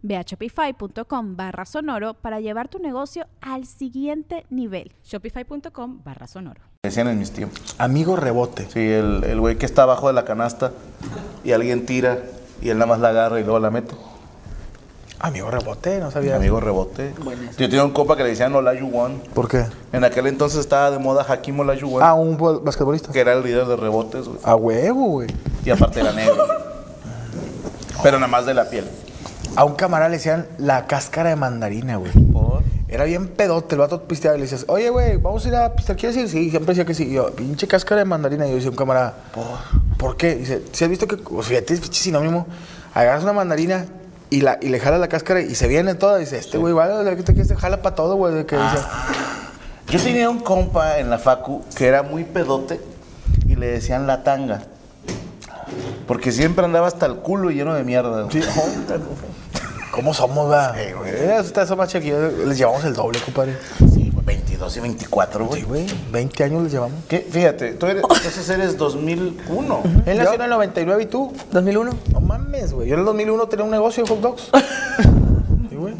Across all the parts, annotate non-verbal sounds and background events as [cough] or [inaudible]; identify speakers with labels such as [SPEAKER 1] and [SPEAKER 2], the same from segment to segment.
[SPEAKER 1] Ve a shopify.com barra sonoro para llevar tu negocio al siguiente nivel.
[SPEAKER 2] Shopify.com barra sonoro.
[SPEAKER 3] Decían en mis tiempos.
[SPEAKER 4] Amigo rebote.
[SPEAKER 3] Sí, el el güey que está abajo de la canasta y alguien tira y él nada más la agarra y luego la mete.
[SPEAKER 4] Amigo rebote, no sabía.
[SPEAKER 3] Amigo rebote. Yo tenía un copa que le decían Olajuwon.
[SPEAKER 4] ¿Por qué?
[SPEAKER 3] En aquel entonces estaba de moda Hakim Olajuwon,
[SPEAKER 4] Ah, un bol- basquetbolista.
[SPEAKER 3] que era el líder de rebotes, güey.
[SPEAKER 4] A huevo, güey.
[SPEAKER 3] Y aparte era negro. Pero nada más de la piel.
[SPEAKER 4] A un camarada le decían la cáscara de mandarina, güey. Era bien pedote, el vato pisteaba y le decías, oye, güey, vamos a ir a pistear, ¿quieres ir? Sí, siempre decía que sí. Y yo, pinche cáscara de mandarina. Y yo decía, un camarada, ¿por qué? Dice, si has visto que, o sea, fíjate, es pinche sinónimo, agarras una mandarina y, la, y le jalas la cáscara y se viene toda. Dice, este güey, vale, que te quieres, jala para todo, güey. de que dice,
[SPEAKER 3] Ah. Yo tenía un compa en la facu que era muy pedote y le decían la tanga. Porque siempre andaba hasta el culo lleno de mierda. güey.
[SPEAKER 4] Sí, ¿Cómo somos, va?
[SPEAKER 3] Sí, güey.
[SPEAKER 4] Eh, Ustedes son más chiquillos, les llevamos el doble, compadre.
[SPEAKER 3] Sí, güey, 22 y 24, güey.
[SPEAKER 4] Sí, güey, 20 años les llevamos.
[SPEAKER 3] ¿Qué? Fíjate, tú eres, entonces eres 2001.
[SPEAKER 4] Él
[SPEAKER 3] Yo-
[SPEAKER 4] nació en el 99 y tú.
[SPEAKER 5] 2001.
[SPEAKER 4] No mames, güey. Yo en el 2001 tenía un negocio de hot dogs. Sí, güey.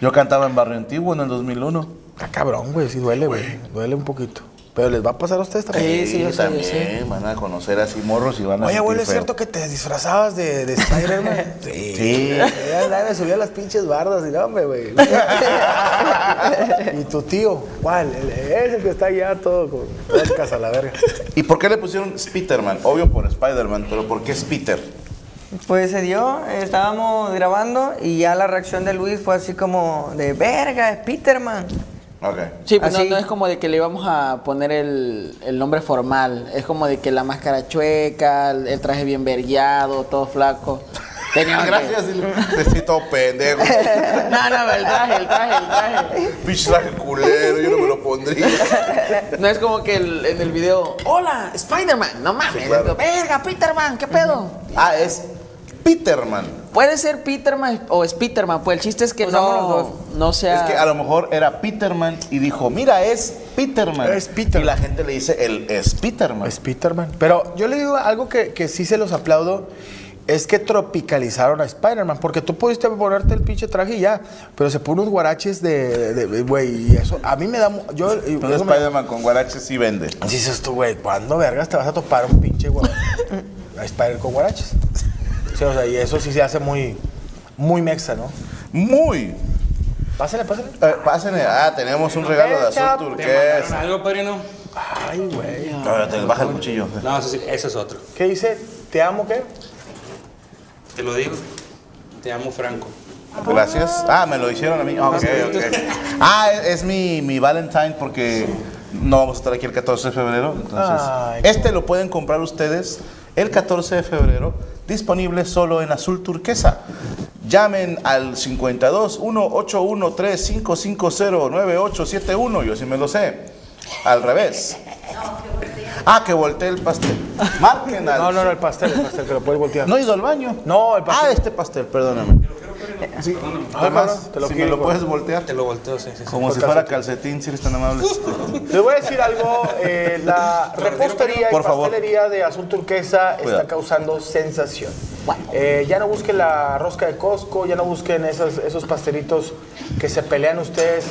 [SPEAKER 3] Yo cantaba en Barrio Antiguo en el 2001.
[SPEAKER 4] Está cabrón, güey. Sí duele, güey. Duele un poquito. Pero les va a pasar a ustedes también.
[SPEAKER 5] Sí, sí, yo sé, yo
[SPEAKER 3] también.
[SPEAKER 5] sé.
[SPEAKER 3] Van a conocer así morros y van a
[SPEAKER 4] Oye,
[SPEAKER 3] sentir
[SPEAKER 4] güey, ¿es
[SPEAKER 3] feo.
[SPEAKER 4] cierto que te disfrazabas de, de Spider-Man? [laughs] sí.
[SPEAKER 3] Sí.
[SPEAKER 4] Ya ya me subía las pinches bardas y no, hombre, [laughs] güey. ¿Y tu tío? ¿Cuál? El- Es el que está allá todo con todo casa la verga.
[SPEAKER 3] ¿Y por qué le pusieron Spiderman? Obvio por Spider-Man, pero ¿por qué es Peter?
[SPEAKER 5] Pues se dio, eh, estábamos grabando y ya la reacción de Luis fue así como de verga, es Peterman.
[SPEAKER 3] Ok.
[SPEAKER 6] Sí, pues no,
[SPEAKER 5] Así.
[SPEAKER 6] no es como de que le íbamos a poner el, el nombre formal. Es como de que la máscara chueca, el, el traje bien vergueado, todo flaco. Teníamos que-
[SPEAKER 3] Ah, Gracias, necesito pendejo.
[SPEAKER 6] No, no, el traje, el traje, el traje.
[SPEAKER 3] Pinche traje culero, yo no me lo pondría.
[SPEAKER 6] No es como que el- en el video, hola, Spider-Man, no mames.
[SPEAKER 3] Sí, claro.
[SPEAKER 6] Verga, Peterman, ¿qué pedo?
[SPEAKER 3] Ah, es Peterman.
[SPEAKER 6] Puede ser Peterman o Spiderman, pues el chiste es que
[SPEAKER 5] Pues
[SPEAKER 6] no,
[SPEAKER 5] vamos los dos.
[SPEAKER 6] no sea...
[SPEAKER 3] Es que a lo mejor era Peterman y dijo, mira, es Peterman.
[SPEAKER 4] Es Peter.
[SPEAKER 3] Y la gente le dice, el es Peterman.
[SPEAKER 4] Es Spider-Man. Pero yo le digo algo que, que sí se los aplaudo. Es que tropicalizaron a Spider-Man, porque tú pudiste ponerte el pinche traje y ya, pero se pone unos guaraches de, de- de- güey, y eso, a mí me da, mu- yo,
[SPEAKER 3] Entonces
[SPEAKER 4] eso me-
[SPEAKER 3] Spider-Man con guaraches sí vende.
[SPEAKER 4] dices tú, güey, ¿cuándo vergas te vas a topar un pinche [laughs] guarache? a Spider con guaraches. Sí, o sea, y eso sí se hace muy, muy mexa, ¿no?
[SPEAKER 3] Muy.
[SPEAKER 4] Pásale, pásale.
[SPEAKER 3] Eh, pásenle. Ah, tenemos un regalo de azul turquesa.
[SPEAKER 7] ¿Algo, padrino?
[SPEAKER 4] Ay, güey.
[SPEAKER 3] No, no, te- baja el cuchillo.
[SPEAKER 7] No, eso, sí, eso es otro.
[SPEAKER 4] ¿Qué dice? ¿Te amo qué?
[SPEAKER 7] Te lo digo. Te amo Franco.
[SPEAKER 3] Gracias. Ah, me lo hicieron a mí. Ah, ok, ok. Ah, es, es mi, mi Valentine porque no vamos a estar aquí el 14 de febrero. Entonces,
[SPEAKER 4] Ay,
[SPEAKER 3] este lo pueden comprar ustedes el 14 de febrero, disponible solo en azul turquesa. Llamen al 52 181 9871 Yo sí me lo sé. Al revés. Ah, que volteé el pastel. Marquen al
[SPEAKER 4] No, no, no, el pastel, el pastel, que lo puedes voltear.
[SPEAKER 3] ¿No he ido al baño?
[SPEAKER 4] No, el pastel.
[SPEAKER 3] Ah, este pastel, perdóname.
[SPEAKER 4] sí.
[SPEAKER 3] Además,
[SPEAKER 4] te lo
[SPEAKER 3] si me
[SPEAKER 4] quiero.
[SPEAKER 3] lo puedes voltear.
[SPEAKER 7] Te lo volteo, sí, sí, sí.
[SPEAKER 3] Como si fuera calcetín, si eres tan amable.
[SPEAKER 4] Les voy a decir algo, eh, la repostería y
[SPEAKER 3] Por favor.
[SPEAKER 4] pastelería de azul turquesa
[SPEAKER 3] Cuidado.
[SPEAKER 4] está causando sensación. Eh, ya no busquen la rosca de Costco, ya no busquen esos, esos pastelitos que se pelean ustedes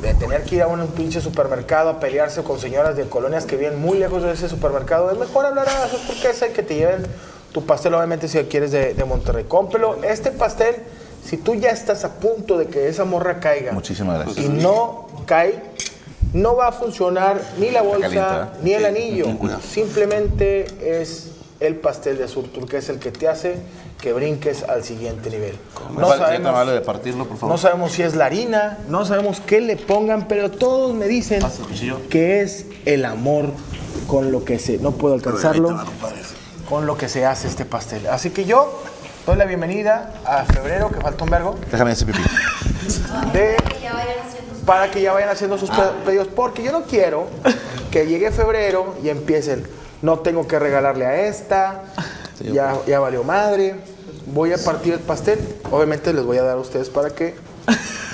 [SPEAKER 4] de tener que ir a un pinche supermercado a pelearse con señoras de colonias que viven muy lejos de ese supermercado. Es mejor hablar a azul turquesa y que te lleven tu pastel, obviamente, si quieres de, de Monterrey. Cómprelo. Este pastel, si tú ya estás a punto de que esa morra caiga
[SPEAKER 3] Muchísimas gracias.
[SPEAKER 4] y no cae, No va a funcionar ni la bolsa
[SPEAKER 3] calienta, ¿eh?
[SPEAKER 4] ni el
[SPEAKER 3] Sí,
[SPEAKER 4] anillo.
[SPEAKER 3] ten cuidado.
[SPEAKER 4] Simplemente es el pastel de azul turquesa el que te hace que brinques al siguiente nivel.
[SPEAKER 3] No sabemos. Vale de partirlo, por favor.
[SPEAKER 4] No sabemos si es la harina, no sabemos qué le pongan, pero todos me dicen
[SPEAKER 3] Pasa el cuchillo.
[SPEAKER 4] que es el amor con lo que se. No puedo alcanzarlo.
[SPEAKER 3] Ahí te va, compadre.
[SPEAKER 4] Con lo que se hace este pastel. Así que yo doy la bienvenida a febrero, que faltó un vergo,
[SPEAKER 3] Déjame ese pipí.
[SPEAKER 4] de- para que ya vayan haciendo sus pe- pedidos, porque yo no quiero que llegue febrero y empiecen. No tengo que regalarle a esta, ya, ya valió madre. Voy a partir el pastel. Obviamente les voy a dar a ustedes para que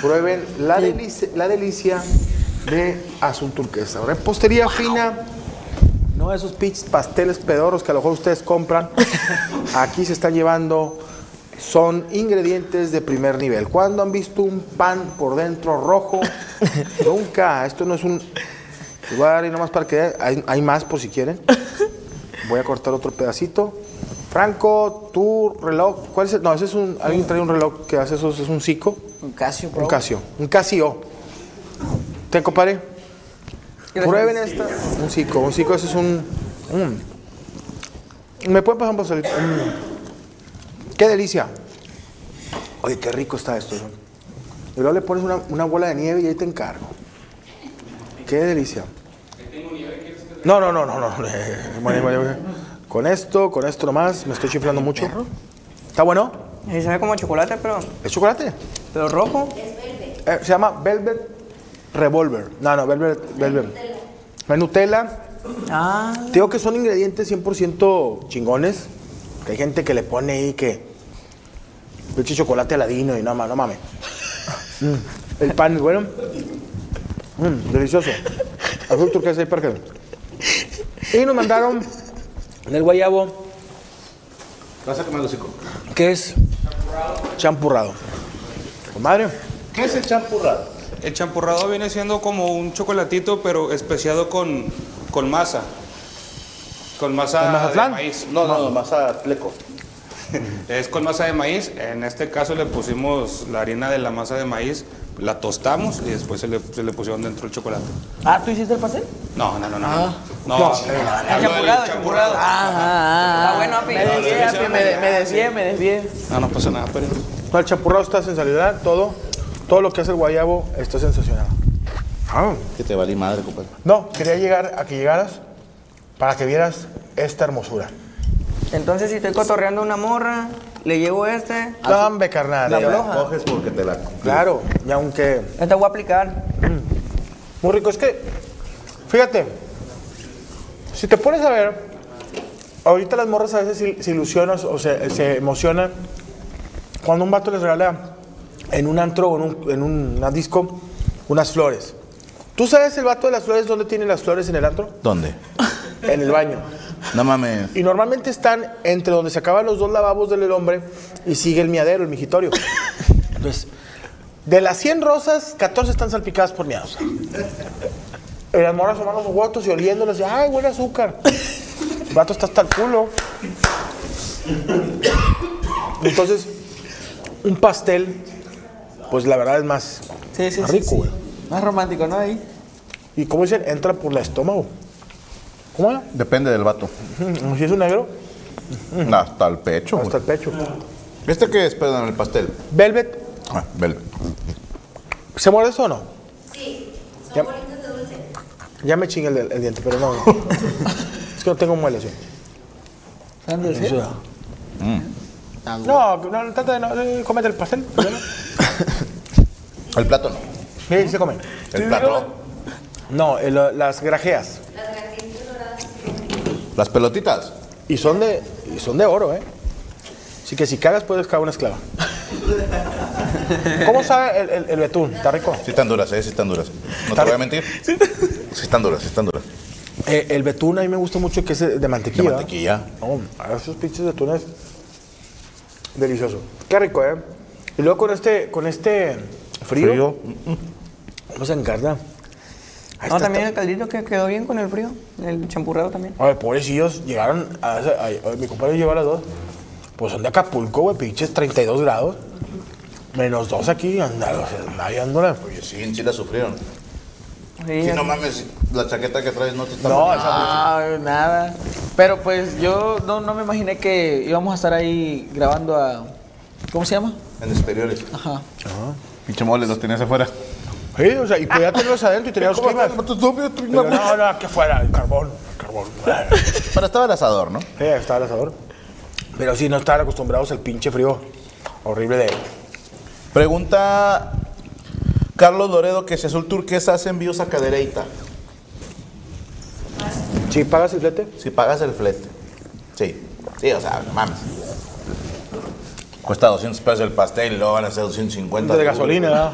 [SPEAKER 4] prueben la, delici- la delicia de azul turquesa. Repostería fina, no esos pinches pasteles pedoros que a lo mejor ustedes [laughs] compran. Aquí se están llevando, son ingredientes de primer nivel. ¿Cuándo han visto un pan por dentro rojo? Nunca. Esto no es un. Te voy a dar ahí nomás para que vean. hay, hay más por si quieren. Voy a cortar otro pedacito. Franco, tu reloj, ¿cuál es el? No, ese es un. Alguien trae un reloj que hace eso, es un Zico.
[SPEAKER 6] Un Casio, bro.
[SPEAKER 4] Un Casio. Un Casio. ¿Te compadre? Prueben esta. Un cico. Un cico, ese es un. mm. ¿Me pueden pasar un pastelito? Mm. ¡Qué delicia! Oye, qué rico está esto. ¿no? Y luego le pones una, una bola de nieve y ahí te encargo. ¡Qué delicia! No, no, no, no, [laughs] no. Bueno, bueno, bueno. Con esto, con esto nomás, me estoy chiflando mucho. ¿Está bueno?
[SPEAKER 5] Y sabe como a chocolate, pero,
[SPEAKER 4] ¿Es chocolate?
[SPEAKER 5] pero rojo.
[SPEAKER 4] Eh, se llama Velvet Revolver. No, no, Velvet. Velvet. No hay Nutella.
[SPEAKER 5] Ah.
[SPEAKER 4] Te digo que son ingredientes 100% chingones. Que hay gente que le pone ahí que. Pinche chocolate aladino y no, ma- no mames. Mm, El pan, bueno. Mm, delicioso. Azul turquesa y perfecto. Y nos mandaron del guayabo,
[SPEAKER 3] [laughs] Vas a comer los hocico.
[SPEAKER 4] que es champurrado. Comadre,
[SPEAKER 3] ¿Qué es el champurrado?
[SPEAKER 7] El champurrado viene siendo como un chocolatito, pero especiado con, con masa. Con
[SPEAKER 4] ¿En
[SPEAKER 7] masa de
[SPEAKER 4] Mazatlán?
[SPEAKER 7] maíz.
[SPEAKER 3] No, Ah, no, no, más a pleco.
[SPEAKER 7] Es con masa de maíz. En este caso le pusimos la harina de la masa de maíz, la tostamos y después se le, se le pusieron dentro el chocolate.
[SPEAKER 5] Ah, ¿tú hiciste el pastel?
[SPEAKER 7] No, no, no, no. No,
[SPEAKER 4] No,
[SPEAKER 7] sí,
[SPEAKER 4] eh,
[SPEAKER 3] Ah,
[SPEAKER 7] hablo
[SPEAKER 5] El
[SPEAKER 7] del
[SPEAKER 5] champurrado, el
[SPEAKER 7] champurrado.
[SPEAKER 5] champurrado. Ah, ah, ah. Ah, bueno, api.
[SPEAKER 7] Me desvié, api, me de- me
[SPEAKER 5] desvié, me desvié.
[SPEAKER 7] No, no pasa nada, pero.
[SPEAKER 4] No, el champurrado está sensacional, todo. Todo lo que hace el guayabo está sensacional.
[SPEAKER 3] Que te valí madre, compadre.
[SPEAKER 4] No, quería llegar a que llegaras para que vieras esta hermosura.
[SPEAKER 5] Entonces, si estoy cotorreando una morra, le llevo este.
[SPEAKER 4] Dame, carnal.
[SPEAKER 5] La
[SPEAKER 4] eh.
[SPEAKER 5] floja.
[SPEAKER 3] Coges porque te la.
[SPEAKER 4] Claro, y aunque...
[SPEAKER 5] Esta voy a aplicar.
[SPEAKER 4] Muy rico, es que... Fíjate, si te pones a ver, ahorita las morras a veces se- se ilusionan o se, se emocionan cuando un vato les regala en un antro o en, un, en una disco unas flores. ¿Tú sabes el vato de las flores dónde tiene las flores en el antro?
[SPEAKER 3] [laughs] ¿Dónde?
[SPEAKER 4] En el baño.
[SPEAKER 3] No mames.
[SPEAKER 4] Y normalmente están entre donde se acaban los dos lavabos del hombre y sigue el miadero, el mijitorio. Entonces, de las 100 rosas, 14 están salpicadas por miados. Y las morras tomando sus guatos y oliéndolas. y, Ay, huele a azúcar. El vato está hasta el culo. Entonces, un pastel, pues la verdad es más,
[SPEAKER 5] Sí, sí,
[SPEAKER 4] más
[SPEAKER 5] sí,
[SPEAKER 4] rico,
[SPEAKER 5] sí.
[SPEAKER 4] güey.
[SPEAKER 5] Más romántico, ¿no? Ahí.
[SPEAKER 4] Y como dicen, entra por el estómago. ¿Cómo era?
[SPEAKER 3] Depende del vato.
[SPEAKER 4] Si es un negro,
[SPEAKER 3] Hasta el pecho.
[SPEAKER 4] hasta el
[SPEAKER 3] güey.
[SPEAKER 4] pecho.
[SPEAKER 3] ¿Este qué es? Perdón, el pastel.
[SPEAKER 4] Velvet,
[SPEAKER 3] Ah, velo.
[SPEAKER 4] ¿Se muerde eso o no? Sí, son ya, dulce. Ya me chingue el, el diente, pero no. no. [laughs] es que no tengo muelas yo.
[SPEAKER 5] ¿Saben decir?
[SPEAKER 4] Mm. No, no, no, trata de no. eh, Cómete el pastel. primero.
[SPEAKER 3] El plato no.
[SPEAKER 4] Sí, se come.
[SPEAKER 3] El plato
[SPEAKER 4] No, eh, lo- las grajeas.
[SPEAKER 3] no. Las pelotitas.
[SPEAKER 4] Y son de, y son de oro, ¿eh? Así que si cagas puedes cagar una esclava. ¿Cómo sabe el, el- el betún? ¿Está rico?
[SPEAKER 3] Sí están duras, eh, sí están duras. No te voy a
[SPEAKER 4] [laughs]
[SPEAKER 3] mentir. Sí están duras, sí están duras.
[SPEAKER 4] Eh, el betún a mí me gusta mucho que es de
[SPEAKER 3] De
[SPEAKER 4] mantequilla.
[SPEAKER 3] mantequilla.
[SPEAKER 4] No, a esos pinches de tunas. Delicioso. Qué rico, ¿eh? Y luego con este, con este frío. Vamos a encargar.
[SPEAKER 5] No, también el caldito que quedó bien con el frío. El champurrado también.
[SPEAKER 4] A ver, pobrecillos, llegaron a, esa- a- a- Mi compadre llevó a las dos. Pues son de Acapulco, güey, pinches 32 grados. Menos dos aquí, andando, andándola.
[SPEAKER 3] Oye, sí, en Chile sufrieron.
[SPEAKER 5] Sí,
[SPEAKER 3] Si no mames, la chaqueta que traes no te está
[SPEAKER 4] No,
[SPEAKER 3] no,
[SPEAKER 4] esa-
[SPEAKER 6] Ah, nada. Pero pues yo no, no me imaginé que íbamos a estar ahí grabando a. ¿Cómo se llama?
[SPEAKER 3] en exteriores.
[SPEAKER 6] Ajá.
[SPEAKER 3] Pinche mole, los tenías afuera.
[SPEAKER 4] Sí, o sea, y podía tenerlos adentro y tenía los
[SPEAKER 3] ¿Cómo
[SPEAKER 4] climas.
[SPEAKER 3] estás? ¿Cómo estás? ¿Cómo estás?
[SPEAKER 4] Pero no, no, aquí afuera, el carbón, el carbón.
[SPEAKER 3] Pero estaba el asador, ¿no?
[SPEAKER 4] Sí, estaba el asador. Pero sí, no estaban acostumbrados al pinche frío horrible de...
[SPEAKER 3] Pregunta Carlos Loredo que si Azul Turquesa hace envíos a Cadereyta.
[SPEAKER 4] ¿Sí pagas el flete?
[SPEAKER 3] Si pagas el flete. Sí. Sí, o sea, no mames. Cuesta 200 pesos el pastel y luego van a ser 250.
[SPEAKER 4] De gasolina, ¿verdad?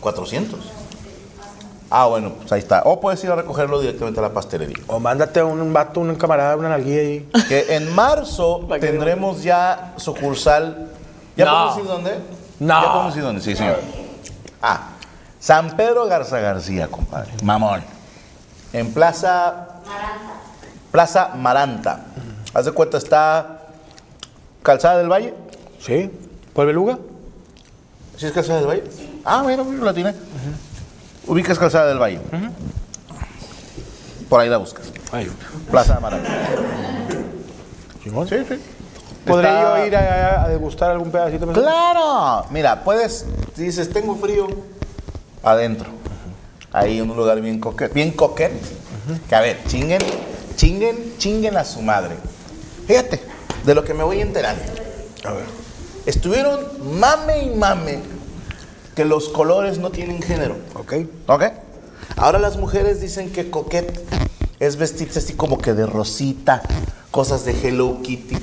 [SPEAKER 3] 400. Ah, bueno, pues ahí está. O puedes ir a recogerlo directamente a la pastelería.
[SPEAKER 4] O mándate un, un vato, un camarada, una nalguilla ahí.
[SPEAKER 3] Que en
[SPEAKER 4] [laughs]
[SPEAKER 3] marzo tendremos ya sucursal. ¿Ya podemos ir dónde?
[SPEAKER 4] No.
[SPEAKER 3] ¿Ya podemos ir dónde? Sí, señor. Ah, San Pedro Garza García, compadre. Mamón. En Plaza. Plaza Maranta. Haz de cuenta, está Calzada del Valle.
[SPEAKER 4] ¿Sí? ¿Por Beluga?
[SPEAKER 3] ¿Sí es Calzada del Valle? Ah, bueno, la tiene. Ubicas Calzada del Valle. Por ahí la buscas. Plaza Maranta.
[SPEAKER 4] Simón.
[SPEAKER 3] Sí, sí.
[SPEAKER 4] ¿Podría
[SPEAKER 3] Está-
[SPEAKER 4] yo ir a, a degustar algún pedacito? más?
[SPEAKER 3] ¡Claro! Mira, puedes, si dices, tengo frío, adentro. Ahí en un lugar bien coquete, bien coquete. Que a ver, chinguen, chinguen, chinguen a su madre. Fíjate, de lo que me voy enterando. A ver. Estuvieron mame y mame que los colores no tienen género.
[SPEAKER 4] Ok.
[SPEAKER 3] ¿Ok? Ahora las mujeres dicen que coquete es vestirse así como que de rosita, cosas de Hello Kitty.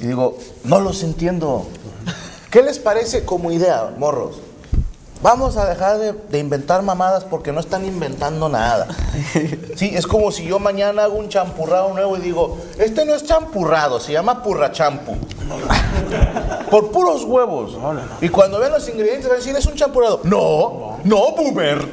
[SPEAKER 3] Y digo, no los entiendo. ¿Qué les parece como idea, morros? Vamos a dejar de, de inventar mamadas porque no están inventando nada. Sí, es como si yo mañana hago un champurrado nuevo y digo, este no es champurrado, se llama purrachampu. Por puros huevos. Y cuando vean los ingredientes van a decir, es un champurrado. No, no, buber.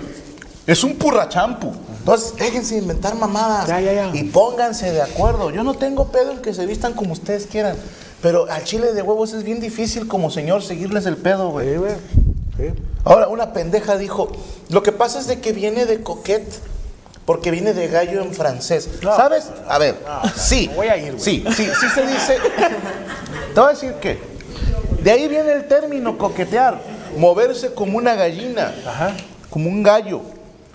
[SPEAKER 3] Es un purrachampu. Entonces, déjense de inventar mamadas.
[SPEAKER 4] Ya, ya, ya.
[SPEAKER 3] Y pónganse de acuerdo. Yo no tengo pedo en que se vistan como ustedes quieran. Pero al chile de huevos es bien difícil como señor seguirles el pedo, güey.
[SPEAKER 4] Sí, güey. Sí.
[SPEAKER 3] Ahora, una pendeja dijo, lo que pasa es de que viene de coquette, porque viene de gallo en francés. ¿Sabes? A ver, sí.
[SPEAKER 4] voy a ir, güey.
[SPEAKER 3] Sí, sí, sí se
[SPEAKER 4] [laughs]
[SPEAKER 3] dice. Te voy a decir que de ahí viene el término coquetear, moverse como una gallina, como un gallo,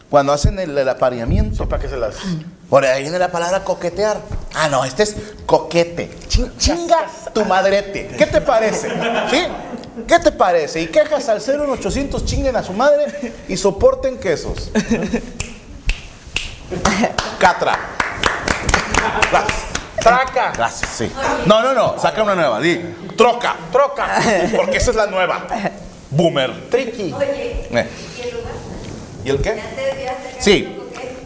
[SPEAKER 3] cuando hacen el, el apareamiento.
[SPEAKER 4] ¿Para qué se las...?
[SPEAKER 3] Por ahí viene la palabra coquetear. Ah, no, este es coquete. Chin- chinga tu madrete. ¿Qué te parece? ¿Sí? ¿Qué te parece? Y quejas al 01800, chinguen a su madre y soporten quesos. Catra. Gracias.
[SPEAKER 4] ¡Traca!
[SPEAKER 3] Gracias, sí. No, no, no. Saca una nueva. Di. Troca. Troca. Porque esa es la nueva. Boomer.
[SPEAKER 4] Tricky.
[SPEAKER 3] Eh. ¿Y el qué? Sí.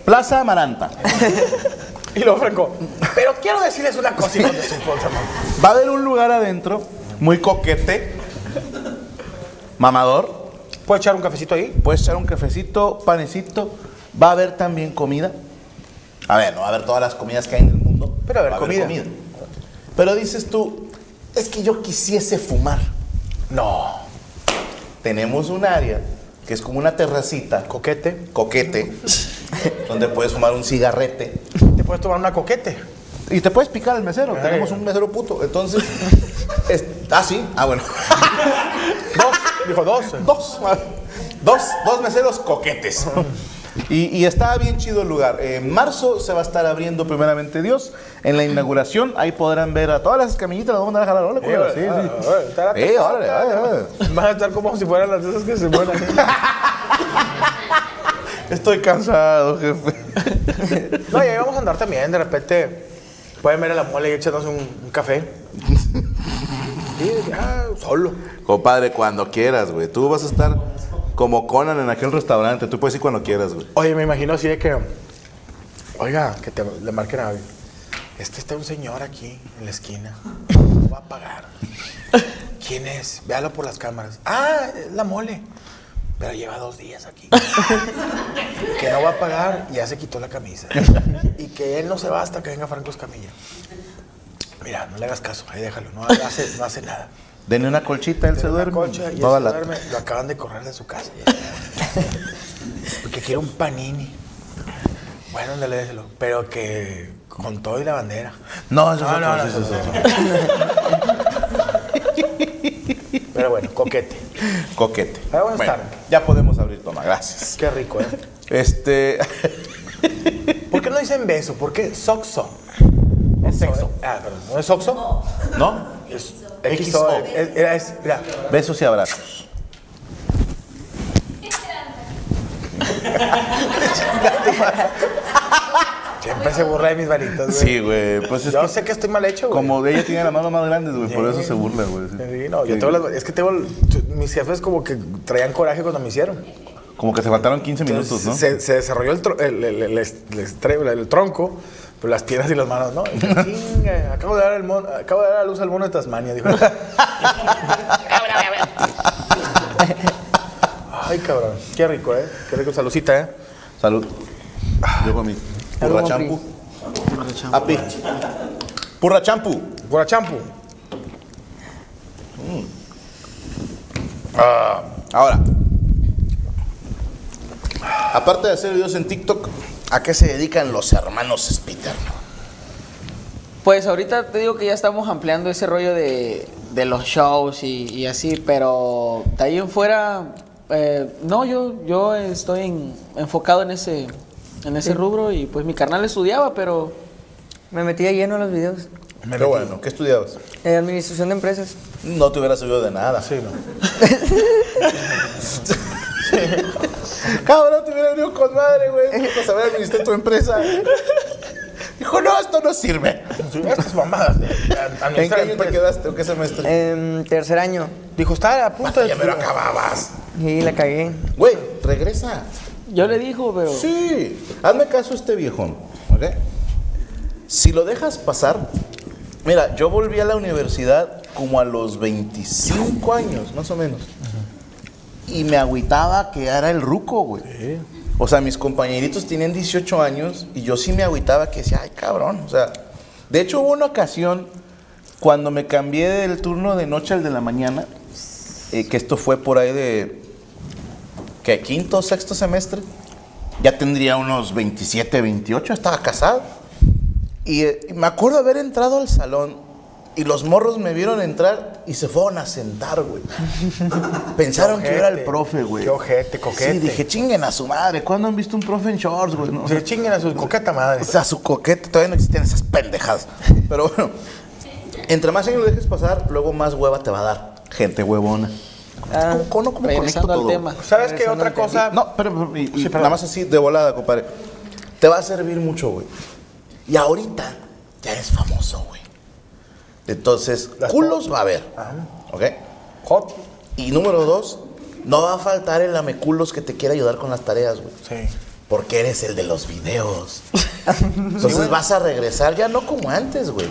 [SPEAKER 3] Plaza Amaranta.
[SPEAKER 4] Y luego Franco, pero quiero decirles una cosa, hijos de su puta madre.
[SPEAKER 3] Va a haber un lugar adentro, muy coquete, mamador.
[SPEAKER 4] ¿Puedo echar un cafecito ahí?
[SPEAKER 3] Puedes echar un cafecito, panecito. Va a haber también comida. A ver, no va a haber todas las comidas que hay en el mundo.
[SPEAKER 4] Pero va a haber
[SPEAKER 3] va
[SPEAKER 4] comida.
[SPEAKER 3] Pero dices tú, es que yo quisiese fumar.
[SPEAKER 4] No.
[SPEAKER 3] Tenemos un área que es como una terracita, co-
[SPEAKER 4] Coquete.
[SPEAKER 3] coquete, [laughs] donde puedes fumar un cigarrete.
[SPEAKER 4] Te puedes tomar una coquete.
[SPEAKER 3] Y te puedes picar el mesero.
[SPEAKER 4] Ay.
[SPEAKER 3] Tenemos un mesero puto. [laughs] Entonces, es- ah, sí. Ah, [laughs] bueno.
[SPEAKER 4] Dos. Dijo dos.
[SPEAKER 3] Dos, dos, dos meseros coquetes. Y, y está bien chido el lugar. En marzo se va a estar abriendo primeramente Dios. En la inauguración ahí podrán ver a todas las escamillitas. Las vamos a dejar a la culero. Sí,
[SPEAKER 4] Ah,
[SPEAKER 3] sí. Sí, órale, órale, órale.
[SPEAKER 4] Van a estar como si fueran las esas que se mueran.
[SPEAKER 3] Estoy cansado, jefe.
[SPEAKER 4] No, y ahí vamos a andar también. De repente pueden ver a la mole y echándose un, un café. Sí, ya, solo.
[SPEAKER 3] [laughs] Compadre, cuando quieras, güey. Tú vas a estar como Conan en aquel restaurante. Tú puedes ir cuando quieras, güey.
[SPEAKER 4] Oye, me imagino así de que. Oiga, que te, le marquen a. Este está un señor aquí en la esquina. Lo va a pagar. ¿Quién es? Véalo por las cámaras. Ah, es la mole. Pero lleva dos días aquí. que no va a pagar, ya se quitó la camisa. y que él no se va hasta que venga Franco Escamilla. Mira, no le hagas caso, ahí déjalo, no hace, no hace nada.
[SPEAKER 3] Denle una colchita, él se
[SPEAKER 4] Tiene una
[SPEAKER 3] duerme.
[SPEAKER 4] colcha y él
[SPEAKER 3] Toda
[SPEAKER 4] se
[SPEAKER 3] la- [laughs]
[SPEAKER 4] duerme. Lo acaban de correr de su casa. ¿Qué quiero un panini. Bueno, ándale, déselo. Pero que con todo y la bandera.
[SPEAKER 3] No, eso
[SPEAKER 4] No,
[SPEAKER 3] es
[SPEAKER 4] Ah, no,
[SPEAKER 3] otro,
[SPEAKER 4] no,
[SPEAKER 3] eso
[SPEAKER 4] eso
[SPEAKER 3] es
[SPEAKER 4] es
[SPEAKER 3] otro.
[SPEAKER 4] Pero bueno, coquete.
[SPEAKER 3] Coquete.
[SPEAKER 4] Ah, buenas
[SPEAKER 3] Bueno,
[SPEAKER 4] tardes.
[SPEAKER 3] ya podemos abrir toma, gracias.
[SPEAKER 4] Qué rico, ¿eh? [laughs]
[SPEAKER 3] Este,
[SPEAKER 4] ¿Por qué no dicen beso? ¿Por qué soxo? Es sexo. Ah, perdón. ¿No es soxo?
[SPEAKER 3] ¿no? E.
[SPEAKER 4] Es
[SPEAKER 3] XO.
[SPEAKER 4] XO. Es, era- es, mira.
[SPEAKER 3] Besos y abrazos.
[SPEAKER 4] Siempre se burla de mis varitos, güey.
[SPEAKER 3] Sí, güey, pues es
[SPEAKER 4] Yo
[SPEAKER 3] que
[SPEAKER 4] sé que estoy mal hecho, güey.
[SPEAKER 3] como ella tiene la mano más grande, güey, por eso se burla, güey.
[SPEAKER 4] Sí, no, yo
[SPEAKER 3] Que-
[SPEAKER 4] tengo las- Es que tengo. Mis jefes como que traían coraje cuando me hicieron.
[SPEAKER 3] Como que se faltaron 15
[SPEAKER 4] Entonces,
[SPEAKER 3] minutos, ¿no?
[SPEAKER 4] se, se desarrolló el, tro- el, el- el- el- el estre- el tronco, pero las piernas y las manos, ¿no? Y dije, "Chinga, acabo de dar el mon- acabo de dar a luz al mono de Tasmania,
[SPEAKER 3] [laughs]
[SPEAKER 4] dijo. Ay, cabrón, qué rico, ¿eh? Qué rico, saludcita, ¿eh?
[SPEAKER 3] Salud. Yo con mi purra champu. Api. Purra champu.
[SPEAKER 4] Pura champu.
[SPEAKER 3] Ahora, aparte de hacer videos en TikTok, ¿a qué se dedican los hermanos Spitter?
[SPEAKER 6] Pues ahorita te digo que ya estamos ampliando ese rollo de, de los shows y, y así, pero de ahí en fuera, eh, no, yo, yo estoy en- enfocado en ese, en ese rubro y pues mi carnal estudiaba, pero
[SPEAKER 5] Me metía lleno a los videos.
[SPEAKER 3] Pero bueno, ¿qué estudiabas?
[SPEAKER 5] Eh, administración de empresas.
[SPEAKER 3] No te hubiera subido de nada.
[SPEAKER 4] Sí, no.
[SPEAKER 3] [laughs] Cabrón, te hubiera venido con madre, güey, para saber administrar tu empresa. Dijo, no, esto no sirve.
[SPEAKER 4] Estas mamadas.
[SPEAKER 3] ¿En qué año te quedaste o qué semestre?
[SPEAKER 5] Em, tercer año.
[SPEAKER 4] Dijo, está a punto de.
[SPEAKER 3] Ya me lo acababas.
[SPEAKER 5] Y la cagué.
[SPEAKER 3] Güey, regresa.
[SPEAKER 6] yo le dijo, pero
[SPEAKER 3] Sí, hazme caso a este viejón, ¿ok? Si lo dejas pasar, mira, yo volví a la universidad como a los 25 años, más o menos. Y me agüitaba que era el ruco, güey. O sea, mis compañeritos tenían 18 años y yo sí me agüitaba que decía, ay, cabrón. O sea, de hecho hubo una ocasión cuando me cambié del turno de noche al de la mañana, eh, que esto fue por ahí de, ¿qué? Quinto, sexto semestre ya tendría unos 27, 28, estaba casado. Y, eh, y me acuerdo haber entrado al salón y los morros me vieron entrar y se fueron a sentar,
[SPEAKER 4] [laughs]
[SPEAKER 3] güey. Pensaron
[SPEAKER 4] Qué
[SPEAKER 3] que yo era el
[SPEAKER 4] ojete,
[SPEAKER 3] profe, güey.
[SPEAKER 4] qué ojete, coquete.
[SPEAKER 3] Sí, dije, chinguen a su madre. ¿Cuándo han visto un profe en shorts, güey? No, o sea,
[SPEAKER 4] Se chinguen a sus coqueta madre.
[SPEAKER 3] o sea, su coquete, todavía no existen esas pendejadas. Pero bueno, entre más años lo dejes pasar, luego más hueva te va a dar. Gente huevona.
[SPEAKER 5] Ah,
[SPEAKER 3] ¿Cómo, cómo, cómo
[SPEAKER 6] regresando
[SPEAKER 3] conecto
[SPEAKER 6] al
[SPEAKER 3] todo?
[SPEAKER 6] tema.
[SPEAKER 4] ¿Sabes qué otra cosa?
[SPEAKER 3] No, pero, pero- y- y nada más así de volada, compadre. Te va a servir mucho, güey. Y ahorita ya eres famoso, güey. Entonces,
[SPEAKER 4] Las
[SPEAKER 3] culos va a haber. ¿Ok?
[SPEAKER 4] Hot.
[SPEAKER 3] Y número dos, no va a faltar el ameculos que te quiera ayudar con las tareas, güey.
[SPEAKER 4] Sí.
[SPEAKER 3] Porque eres el de los videos. Entonces vas a regresar ya no como antes, güey.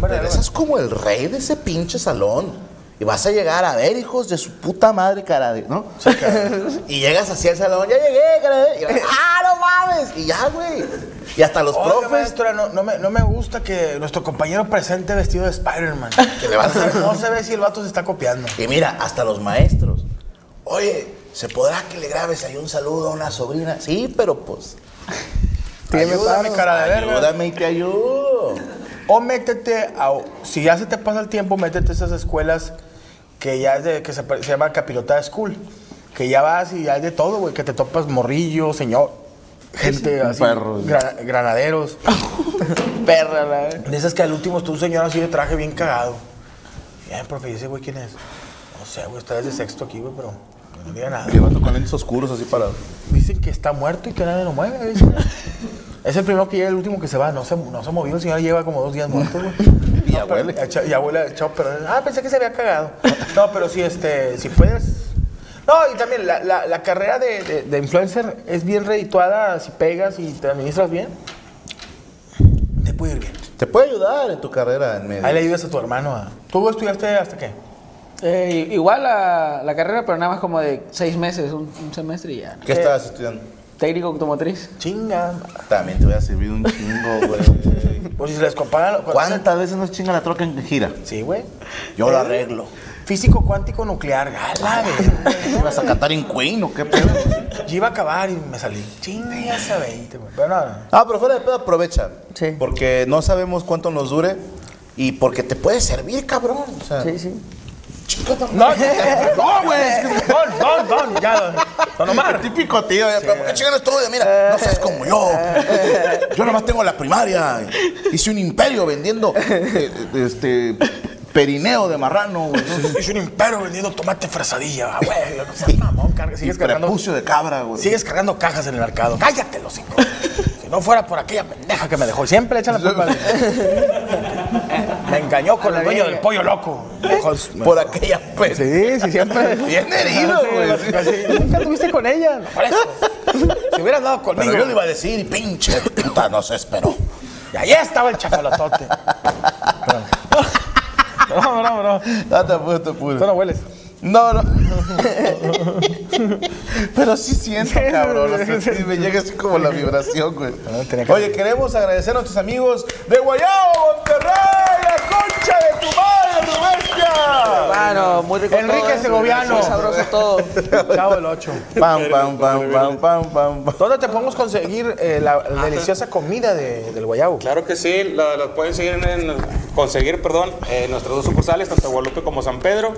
[SPEAKER 3] Regresas como el rey de ese pinche salón. Y vas a llegar a ver, hijos de su puta madre, cara de. ¿No? [laughs] y llegas así al salón, ya llegué, cara de. Y vas, ¡Ah, no mames! Y ya, güey. Y hasta los
[SPEAKER 4] Oiga,
[SPEAKER 3] profes.
[SPEAKER 4] maestra, no, no me, no me gusta que nuestro compañero presente vestido de Spider-Man.
[SPEAKER 3] [laughs] Que le vas a-
[SPEAKER 4] No se ve si el vato se está copiando.
[SPEAKER 3] Y mira, hasta los maestros. Oye, ¿se podrá que le grabes ahí un saludo a una sobrina? Sí, pero pues.
[SPEAKER 4] Ayúdame, cara de verga.
[SPEAKER 3] Ayúdame y te ayudo.
[SPEAKER 4] O métete a. Si ya se te pasa el tiempo, métete a esas escuelas que ya es de. que se, se llama Capilota School. Que ya vas y ya es de todo, güey. Que te topas morrillo, señor. Gente así.
[SPEAKER 3] Perros.
[SPEAKER 4] gra- granaderos.
[SPEAKER 5] perra, la verdad.
[SPEAKER 4] De esas que al último estuvo un señor así de traje bien cagado. Ya, profe, ¿y ese güey quién es? No sé, güey, está desde sexto aquí, güey, pero no diga nada.
[SPEAKER 3] Llevando con lentes oscuros así parados.
[SPEAKER 4] Dicen que está muerto y que nadie lo mueve. dicen. Es el primero que llega, el último que se va. No se, no se movió, el señor lleva como dos días muerto, güey.
[SPEAKER 3] Y
[SPEAKER 4] No,
[SPEAKER 3] ya
[SPEAKER 4] pero-
[SPEAKER 3] huele.
[SPEAKER 4] echa- Y abuela, echó, pero. Ah, pensé que se había cagado. No, pero sí, este, si puedes. No, y también la, la- la carrera de, de- de influencer es bien redituada si pegas y te administras bien. Te puede ir bien.
[SPEAKER 3] Te puede ayudar en tu carrera en medio.
[SPEAKER 4] Ahí le ayudas a tu hermano a. ¿Tú estudiaste hasta qué?
[SPEAKER 6] eh, igual la, la carrera, pero nada más como de seis meses, un, un semestre y ya.
[SPEAKER 3] ¿Qué estabas estudiando?
[SPEAKER 6] Técnico automotriz.
[SPEAKER 4] Chinga.
[SPEAKER 3] También te hubiera servido un chingo, güey.
[SPEAKER 4] Pues si se les compara. lo-
[SPEAKER 3] ¿Cuántas veces nos chinga la troca en gira?
[SPEAKER 4] Sí, güey.
[SPEAKER 3] Yo lo arreglo.
[SPEAKER 4] Físico cuántico nuclear. Gala, güey.
[SPEAKER 3] ¿Te vas a cantar en Queen o qué pedo?
[SPEAKER 4] Ya iba a acabar y me salí. Chinga, esa 20, güey. Pero no, no.
[SPEAKER 3] Ah, pero fuera de pedo, aprovecha.
[SPEAKER 5] Sí.
[SPEAKER 3] Porque no sabemos cuánto nos dure y porque te puede servir, cabrón. O sea,
[SPEAKER 5] Sí, sí.
[SPEAKER 3] chingada
[SPEAKER 4] No,
[SPEAKER 3] madre.
[SPEAKER 4] no, güey. es que- Don, don, don. Ya, don. Don Omar.
[SPEAKER 3] Típico tío, ya, pero ¿por qué chingan estudio? Mira, no seas como yo. Yo nomás tengo la primaria. Hice un imperio vendiendo eh, este perineo de marrano, güey.
[SPEAKER 4] Es un imperio vendiendo tomate fresadilla, güey. No seas mamón, carga. Sigues
[SPEAKER 3] Y
[SPEAKER 4] cargando,
[SPEAKER 3] prepucio de cabra, güey.
[SPEAKER 4] sigues cargando cajas en el mercado. Cállate, los cinco. Si no fuera por aquella pendeja que me dejó. Siempre le echan la culpa. a- Me engañó con el dueño del pollo loco.
[SPEAKER 3] Por aquella pez.
[SPEAKER 4] Sí, sí, siempre.
[SPEAKER 3] Bien herido,
[SPEAKER 4] Sí,
[SPEAKER 3] güey.
[SPEAKER 4] así, Nunca tuviste con ella. No, por eso. Si hubieras dado
[SPEAKER 3] Pero
[SPEAKER 4] conmigo.
[SPEAKER 3] yo le iba a decir, pinche puta, no se esperó.
[SPEAKER 4] Y ahí estaba el chafalotote. No, no, no.
[SPEAKER 3] No te apures, te apures.
[SPEAKER 4] Tú no hueles.
[SPEAKER 3] No, no. Pero sí siento, cabrón. o sea, sí me llega así como la vibración, güey.
[SPEAKER 4] tenía que-
[SPEAKER 3] Oye, queremos agradecer a nuestros amigos de Guayabo, Monterrey, la concha de tu madre, tu bestia.
[SPEAKER 5] Claro, muy rico.
[SPEAKER 4] Enrique
[SPEAKER 5] todo, ¿eh?
[SPEAKER 4] Segoviano.
[SPEAKER 5] Muy sabroso todo.
[SPEAKER 4] Chavo el 8.
[SPEAKER 3] Pam, pam, pam, pam, pam, pam, pam.
[SPEAKER 4] ¿Dónde te podemos conseguir eh, la, la deliciosa comida de- del guayabo?
[SPEAKER 7] Claro que sí, la- las pueden seguir en- en- conseguir perdón, en nuestras dos sucursales, tanto Guadalupe como San Pedro.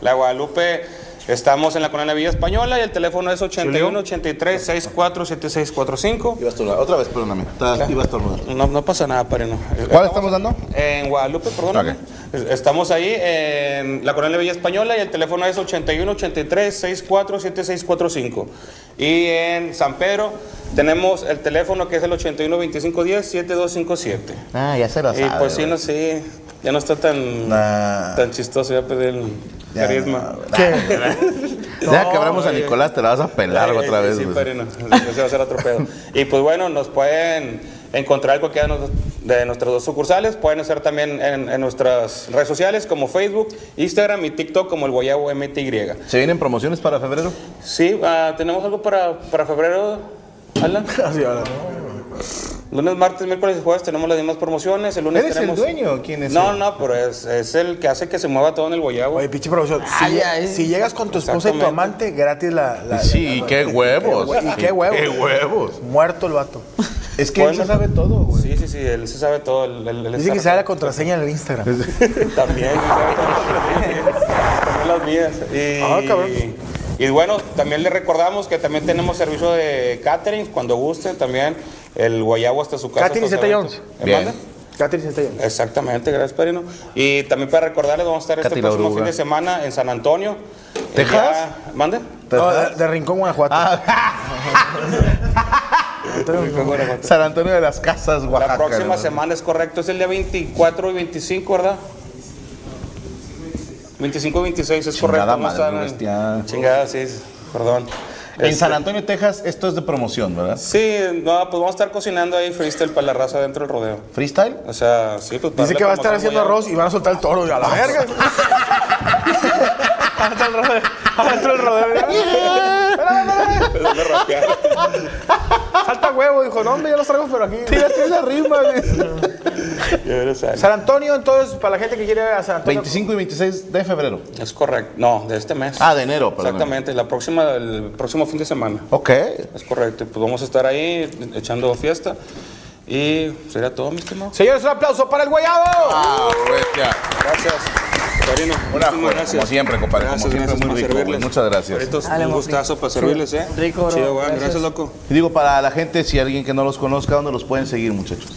[SPEAKER 7] La Guadalupe estamos en la colonia Villa Española y el teléfono es 81 83 64 7645.
[SPEAKER 3] Ibas tú, otra vez, perdóname. Estás- Ibas tú,
[SPEAKER 7] No, no pasa nada, pareno.
[SPEAKER 3] ¿Cuál estamos dando?
[SPEAKER 7] En Guadalupe, perdóname. Es- Estamos ahí en la colonia Villa Española y el teléfono es 81 83 64 7645. Y en San Pedro tenemos el teléfono que es el 81 25 10 7257.
[SPEAKER 3] Ah, ya se lo
[SPEAKER 7] Y pues sí, no sé, ya no está tan,
[SPEAKER 3] Nah.
[SPEAKER 7] tan chistoso, ya perdí el
[SPEAKER 3] Ya,
[SPEAKER 7] carisma.
[SPEAKER 3] no, [laughs] Ya que abramos a Nicolás, te la vas a pelar
[SPEAKER 7] Eh,
[SPEAKER 3] otra
[SPEAKER 7] eh,
[SPEAKER 3] vez,
[SPEAKER 7] Sí,
[SPEAKER 3] güey.
[SPEAKER 7] pero no, ese va a ser otro pedo. Y pues bueno, nos pueden encontrar en cualquiera de nos- de nuestras dos sucursales. Pueden estar también en, en nuestras redes sociales como Facebook, Instagram y TikTok como el Guayabo MTY.
[SPEAKER 3] ¿Se vienen promociones para febrero?
[SPEAKER 7] Sí, ah, tenemos algo para, para febrero,
[SPEAKER 4] [laughs]
[SPEAKER 7] Alan.
[SPEAKER 4] Ah,
[SPEAKER 7] Lunes, martes, miércoles y jueves tenemos las mismas promociones. El lunes
[SPEAKER 3] ¿Eres el
[SPEAKER 7] tenemos...
[SPEAKER 3] dueño o quién es
[SPEAKER 7] No,
[SPEAKER 3] el-
[SPEAKER 7] no, pero es, es el que hace que se mueva todo en el Guayabo.
[SPEAKER 4] Oye, pinche profesor, si,
[SPEAKER 5] Ay, ay.
[SPEAKER 4] si llegas con tu esposa y tu
[SPEAKER 7] Exactamente.
[SPEAKER 4] amante, gratis la. la-
[SPEAKER 3] Sí, y qué huevos.
[SPEAKER 4] Y qué huevos.
[SPEAKER 3] Qué huevos.
[SPEAKER 4] Muerto el vato.
[SPEAKER 3] Es que
[SPEAKER 7] Bueno.
[SPEAKER 3] él se sabe todo, güey.
[SPEAKER 7] Sí, sí, sí, él se sabe todo. El, el- el
[SPEAKER 4] Dice que
[SPEAKER 7] estar-
[SPEAKER 4] sabe la contraseña del Instagram.
[SPEAKER 7] [laughs] También. También las mías. Y,
[SPEAKER 4] Ah, cabrón.
[SPEAKER 7] y bueno, también le recordamos que también tenemos servicio de catering cuando guste. También el guayabo hasta su casa.
[SPEAKER 4] Catering
[SPEAKER 7] estos
[SPEAKER 4] Zeta
[SPEAKER 7] eventos.
[SPEAKER 4] Jones.
[SPEAKER 7] ¿Me
[SPEAKER 3] Bien.
[SPEAKER 7] manda?
[SPEAKER 4] Catherine Centella.
[SPEAKER 7] Exactamente, gracias Perino. Y también para recordarles, vamos a estar este
[SPEAKER 3] Katy la
[SPEAKER 7] próximo
[SPEAKER 3] oruga.
[SPEAKER 7] fin de semana en San Antonio.
[SPEAKER 3] ¿Texas?
[SPEAKER 7] Ya- ¿Mande?
[SPEAKER 4] No, de, de Rincón, Guanajuato. [laughs]
[SPEAKER 3] San Antonio de las Casas, Oaxaca.
[SPEAKER 7] La próxima
[SPEAKER 3] ¿no?
[SPEAKER 7] semana es correcto, es el día 24 y 25, ¿verdad? 25 y 26 es correcto.
[SPEAKER 3] Chingada
[SPEAKER 7] no
[SPEAKER 3] madre,
[SPEAKER 7] están en-
[SPEAKER 3] bestia.
[SPEAKER 7] Chingada, sí, sí, perdón.
[SPEAKER 3] En
[SPEAKER 7] Este,
[SPEAKER 3] San Antonio, Texas, esto es de promoción, ¿verdad?
[SPEAKER 7] Sí, no, pues vamos a estar cocinando ahí freestyle para la raza dentro del rodeo.
[SPEAKER 3] ¿Freestyle?
[SPEAKER 7] O sea, sí, pues para
[SPEAKER 4] Dice
[SPEAKER 7] darle
[SPEAKER 4] que va a estar
[SPEAKER 7] promoción
[SPEAKER 4] haciendo
[SPEAKER 7] guayabo.
[SPEAKER 4] arroz y van a soltar el toro. Y a la
[SPEAKER 3] Ah,
[SPEAKER 4] verga. Hasta el rodeo. Hasta el rodeo.
[SPEAKER 7] Empezando a rapear. [laughs]
[SPEAKER 4] Salta huevo, dijo. No, hombre, ya los traigo, pero aquí. Tírate la rima,
[SPEAKER 7] Ya
[SPEAKER 3] [laughs]
[SPEAKER 7] lo
[SPEAKER 4] [laughs]
[SPEAKER 7] sabes.
[SPEAKER 4] San Antonio, entonces, para la gente que quiere ir a San Antonio.
[SPEAKER 3] 25 y 26 de febrero.
[SPEAKER 7] Es correcto. No, de este mes.
[SPEAKER 3] Ah, de enero, perdón.
[SPEAKER 7] Exactamente, la próxima, el próximo fin de semana.
[SPEAKER 3] Ok.
[SPEAKER 7] Es correcto. y Pues vamos a estar ahí echando fiesta. Y sería todo, mi estimado.
[SPEAKER 4] Señores, un aplauso para el guayabo.
[SPEAKER 3] Ah, bestia.
[SPEAKER 7] Gracias. Karino,
[SPEAKER 3] Una
[SPEAKER 7] muchísimas
[SPEAKER 3] joya, como siempre, compadre, como siempre, muy
[SPEAKER 7] por
[SPEAKER 3] rico, güey.
[SPEAKER 7] servirles.
[SPEAKER 3] Muchas gracias.
[SPEAKER 7] Carlitos,
[SPEAKER 5] Dale,
[SPEAKER 7] un
[SPEAKER 5] papi.
[SPEAKER 7] gustazo para servirles, ¿eh?
[SPEAKER 5] Rico, bro.
[SPEAKER 7] Chido, güey. Gracias,
[SPEAKER 5] Gracias.
[SPEAKER 7] loco.
[SPEAKER 3] Y digo, para la gente, si alguien que no los conozca, ¿dónde los pueden seguir, muchachos?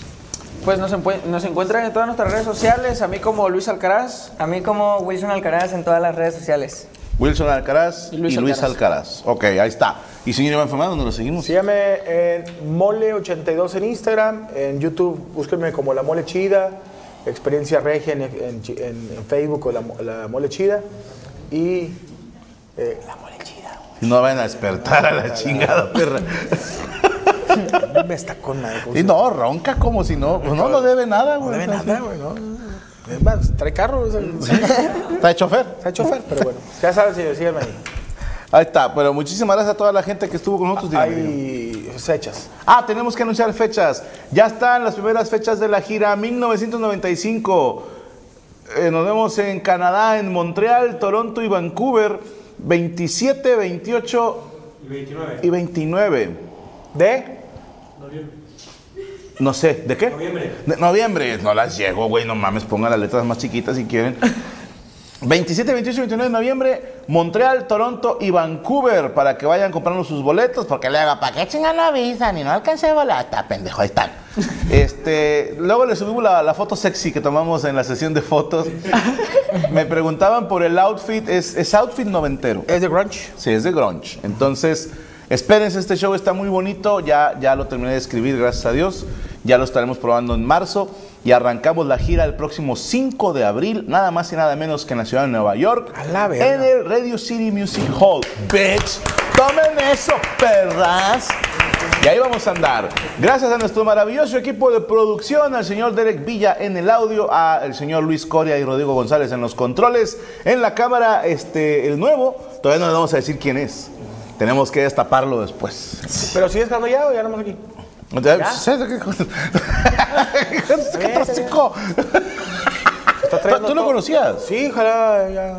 [SPEAKER 5] Pues nos, empue- nos encuentran en todas nuestras redes sociales, a mí como Luis Alcaraz. A mí como Wilson Alcaraz en todas las redes sociales.
[SPEAKER 3] Wilson Alcaraz y
[SPEAKER 5] Y
[SPEAKER 3] Luis,
[SPEAKER 5] Luis
[SPEAKER 3] Alcaraz. Ok, ahí está. Y señor Iván Femán, ¿dónde los seguimos?
[SPEAKER 4] Síganme en Mole82 en Instagram, en YouTube, búsquenme como La Mole Chida, Experiencia Regia en, en chi- en- en Facebook o la, Mo- La Mole Chida. Y. eh, la Mole Chida.
[SPEAKER 3] Y no vayan a despertar a la chingada perra.
[SPEAKER 4] [laughs] Me está con madre, ¿cómo
[SPEAKER 3] Y no, ronca como si no. pues no, no debe nada,
[SPEAKER 4] se- No
[SPEAKER 3] güey.
[SPEAKER 4] debe nada, güey, ¿no? Es más, trae carro, o sea, [laughs]
[SPEAKER 3] Está de chofer.
[SPEAKER 4] trae chofer, pero bueno. Ya saben, señores, síganme ahí.
[SPEAKER 3] Ahí está. Pero muchísimas gracias a toda la gente que estuvo con
[SPEAKER 4] Pues
[SPEAKER 3] nosotros. Dígame, dígame.
[SPEAKER 4] Hay fechas.
[SPEAKER 3] Ah, tenemos que anunciar fechas. Ya están las primeras fechas de la gira 1995. Eh, nos vemos en Canadá, en Montreal, Toronto y Vancouver. 27, 28
[SPEAKER 8] Y 29
[SPEAKER 4] ¿De?
[SPEAKER 8] No sé, ¿de qué? Noviembre. noviembre. No las llego, güey, no mames, pongan las letras más chiquitas si quieren. 27, 28, 29 de noviembre, Montreal, Toronto y Vancouver para que vayan comprando sus boletos, porque le haga, ¿para qué chingada no avisan? Y no alcancé boleta, pendejo, ahí
[SPEAKER 4] [laughs]
[SPEAKER 8] están. Este, luego le subimos la, la foto sexy que tomamos en la sesión
[SPEAKER 4] [laughs]
[SPEAKER 8] de fotos. Me preguntaban por el outfit, es, es outfit noventero.
[SPEAKER 4] ¿Es de grunge?
[SPEAKER 8] Sí, es de grunge. Entonces, espérense, este show está muy bonito. Ya, ya lo terminé de escribir, gracias a Dios. Ya lo estaremos probando en marzo. Y arrancamos la gira el próximo 5 de abril, nada más y nada menos que en la ciudad de Nueva York.
[SPEAKER 4] A la verga.
[SPEAKER 8] En el Radio City Music Hall. Bitch, tomen eso, perras. Y ahí vamos a andar. Gracias a nuestro maravilloso equipo de producción, al señor Derek Villa en el audio, al señor Luis Coria y Rodrigo González en los controles. En la cámara, este, el nuevo, todavía no le vamos a decir quién es. Tenemos que destaparlo después.
[SPEAKER 4] ¿Pero sigues jugando ya o ya nomás aquí?
[SPEAKER 8] ¿Qué otro chico? ¿Tú lo conocías?
[SPEAKER 4] Sí, ojalá ya.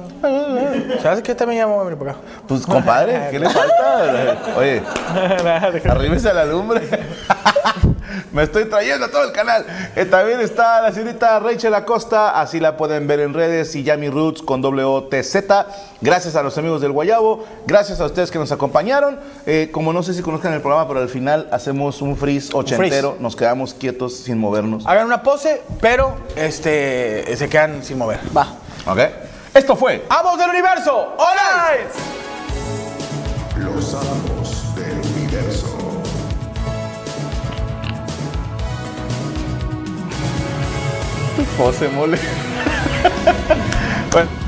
[SPEAKER 4] ¿Sabes qué? También llamo a venir
[SPEAKER 8] [laughs]
[SPEAKER 4] para acá.
[SPEAKER 8] Pues compadre, ¿qué le [laughs] falta? Oye, arríbese a la lumbre. [laughs] Me estoy trayendo a todo el canal. Eh, también está la señorita Rachel Acosta, así la pueden ver en redes, y Yami Roots con WOTZ. Gracias a los amigos del Guayabo, gracias a ustedes que nos acompañaron. Eh, como no sé si conozcan el programa, pero al final hacemos un freeze Ah. ochentero, nos quedamos quietos sin movernos.
[SPEAKER 4] Hagan una pose, pero este se quedan sin mover.
[SPEAKER 6] Va.
[SPEAKER 8] ¿Ok? Esto fue
[SPEAKER 4] ¡Amos del universo! ¡Hola!
[SPEAKER 9] Los amos del universo.
[SPEAKER 8] José Mole. [laughs] bueno.